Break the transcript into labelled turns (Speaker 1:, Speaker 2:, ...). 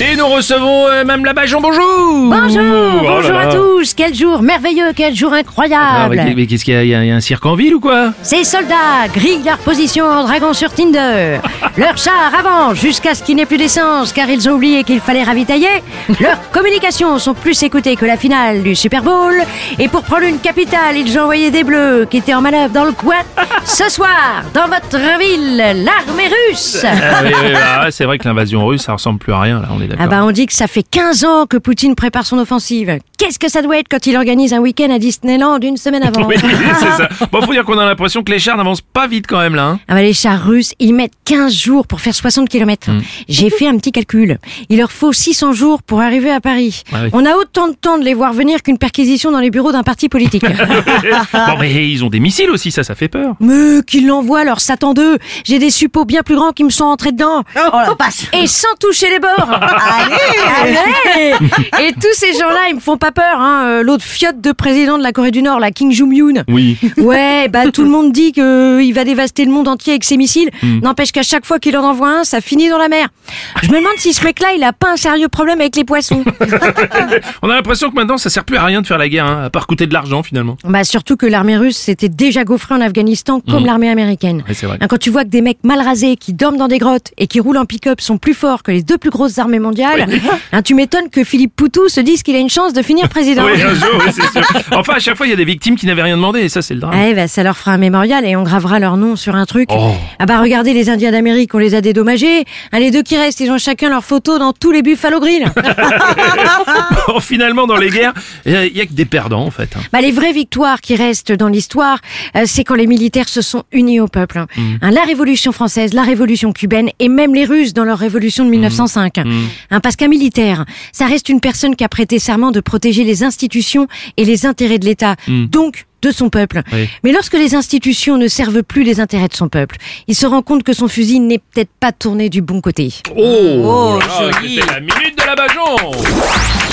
Speaker 1: Et nous recevons euh, Mme Labajon, bonjour
Speaker 2: Bonjour,
Speaker 1: Oh là
Speaker 2: bonjour à
Speaker 1: là.
Speaker 2: tous. Quel jour merveilleux, quel jour
Speaker 1: Ah, mais,
Speaker 2: incroyable.
Speaker 1: mais qu'est-ce qu'il y a, il y a- il y a un cirque en ville ou quoi
Speaker 2: Ces soldats grillent leur position en dragon sur Tinder. Leur char avance jusqu'à ce qu'il n'ait plus d'essence car ils ont oublié qu'il fallait ravitailler. Leurs communications sont plus écoutées que la finale du Super Bowl. Et pour prendre une capitale, ils ont envoyé des bleus qui étaient en manœuvre dans le coin. Ce soir, dans votre ville, l'armée russe.
Speaker 1: Ah oui, oui, bah, ouais, C'est vrai que l'invasion russe, ça ressemble plus à rien, là, on est d'accord.
Speaker 2: Ah bah on dit que ça fait 15 ans que Poutine prépare son offensive. Qu'est-ce que ça doit être quand il organise un week-end à Disneyland une semaine avant hein
Speaker 1: Oui, c'est ça. Bon, faut dire qu'on a l'impression que les chars n'avancent pas vite quand même, là. hein.
Speaker 2: Ah bah les chars russes, ils mettent 15 jours pour faire 60 km.
Speaker 1: Hmm.
Speaker 2: J'ai fait un petit calcul. Il leur faut 600 jours pour arriver à Paris.
Speaker 1: Ah oui.
Speaker 2: On a autant de temps de les voir venir qu'une perquisition dans les bureaux d'un parti politique.
Speaker 1: bon, mais ils ont des missiles aussi, ça, ça fait peur.
Speaker 2: Mais qu'ils l'envoient leur Satan 2 J'ai des suppôts bien plus grands qui me sont entrés dedans. Oh
Speaker 3: on passe.
Speaker 2: Et sans toucher les bords Allez Et tous ces gens-là, ils me font pas peur. Hein. Euh, L'autre fiotte de président de la Corée du Nord, la Kim Jong-un.
Speaker 1: Oui.
Speaker 2: Ouais, bah tout le monde dit qu'il va dévaster le monde entier avec ses missiles. N'empêche qu'à chaque fois qu'il en envoie un, ça finit dans la mer. Je me demande si ce mec-là, il a pas un sérieux problème avec les poissons.
Speaker 1: On a l'impression que maintenant, ça sert plus à rien de faire la guerre, hein, à part coûter de l'argent, finalement.
Speaker 2: bah surtout que l'armée russe s'était déjà gaufrée en Afghanistan comme l'armée américaine.
Speaker 1: Ouais, c'est vrai.
Speaker 2: Hein, Quand tu vois que des mecs mal rasés qui dorment dans des grottes et qui roulent en pick-up sont plus forts que les deux plus grosses armées mondiales, hein, tu m'étonnes que Philippe Poutou se dise qu'il a une chance de finir président.
Speaker 1: Oui, un jour, oui, c'est sûr. Enfin, à chaque fois, il y a des victimes qui n'avaient rien demandé, et ça, c'est le drame.
Speaker 2: Ouais, bah, ça leur fera un mémorial et on gravera leur nom sur un truc.
Speaker 1: Oh.
Speaker 2: Ah bah regardez les Indiens d'Amérique, on les a dédommagés. Hein, les deux qui restent, ils ont chacun leur photo dans tous les Buffalo Grill.
Speaker 1: Bon, finalement, dans les guerres, euh, il y a que des perdants, en fait. hein.
Speaker 2: bah, les vraies victoires qui restent dans l'histoire, euh, c'est quand les militaires se sont unis au peuple. Hein, la Révolution française, la Révolution cubaine et même les Russes dans leur révolution de 1905. Hein, parce qu'un militaire, ça reste une personne qui a prêté serment de protéger les institutions et les intérêts de l'État. Donc de son peuple.
Speaker 1: Oui.
Speaker 2: Mais lorsque les institutions ne servent plus les intérêts de son peuple, il se rend compte que son fusil n'est peut-être pas tourné du bon côté.
Speaker 1: Oh,
Speaker 3: Oh,
Speaker 1: là là,
Speaker 3: joli.
Speaker 1: C'était la minute de la Bajon